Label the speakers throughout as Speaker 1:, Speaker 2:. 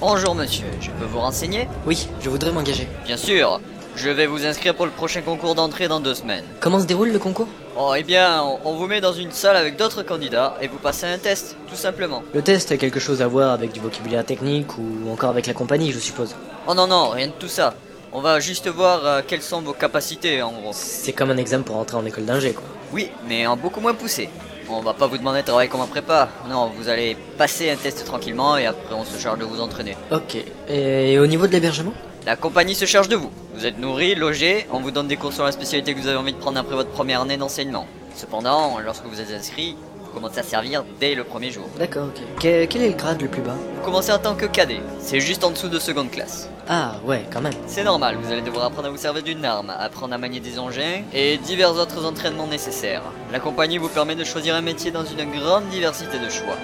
Speaker 1: Bonjour monsieur, je peux vous renseigner
Speaker 2: Oui, je voudrais m'engager.
Speaker 1: Bien sûr Je vais vous inscrire pour le prochain concours d'entrée dans deux semaines.
Speaker 2: Comment se déroule le concours
Speaker 1: Oh, eh bien, on- on vous met dans une salle avec d'autres candidats et vous passez un test, tout simplement.
Speaker 2: Le test a quelque chose à voir avec du vocabulaire technique ou encore avec la compagnie, je suppose.
Speaker 1: Oh non, non, rien de tout ça. On va juste voir euh, quelles sont vos capacités, en gros.
Speaker 2: C'est comme un examen pour entrer en école d'ingé, quoi.
Speaker 1: Oui, mais en beaucoup moins poussé. On va pas vous demander de travailler comme un prépa. Non, vous allez passer un test tranquillement et après on se charge de vous entraîner.
Speaker 2: Ok. Et au niveau de l'hébergement
Speaker 1: La compagnie se charge de vous. Vous êtes nourri, logé, on vous donne des cours sur la spécialité que vous avez envie de prendre après votre première année d'enseignement. Cependant, lorsque vous êtes inscrit, vous commencez à servir dès le premier jour.
Speaker 2: D'accord, ok. Que- quel est le grade le plus bas
Speaker 1: Vous commencez en tant que cadet, c'est juste en dessous de seconde classe.
Speaker 2: Ah, ouais, quand même.
Speaker 1: C'est normal, vous allez devoir apprendre à vous servir d'une arme, apprendre à manier des engins et divers autres entraînements nécessaires. La compagnie vous permet de choisir un métier dans une grande diversité de choix.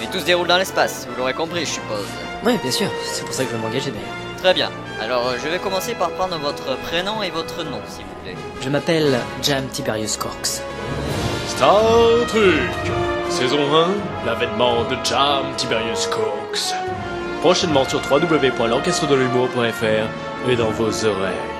Speaker 1: Mais tout se déroule dans l'espace, vous l'aurez compris, je suppose.
Speaker 2: Ouais, bien sûr. C'est pour ça que je veux m'engager, d'ailleurs.
Speaker 1: Très bien, alors euh, je vais commencer par prendre votre prénom et votre nom, s'il vous plaît.
Speaker 2: Je m'appelle Jam Tiberius Corks.
Speaker 3: Star Trek, saison 1, l'avènement de Jam Tiberius Cox. Prochainement sur www.l'orchestre de l'humour.fr et dans vos oreilles.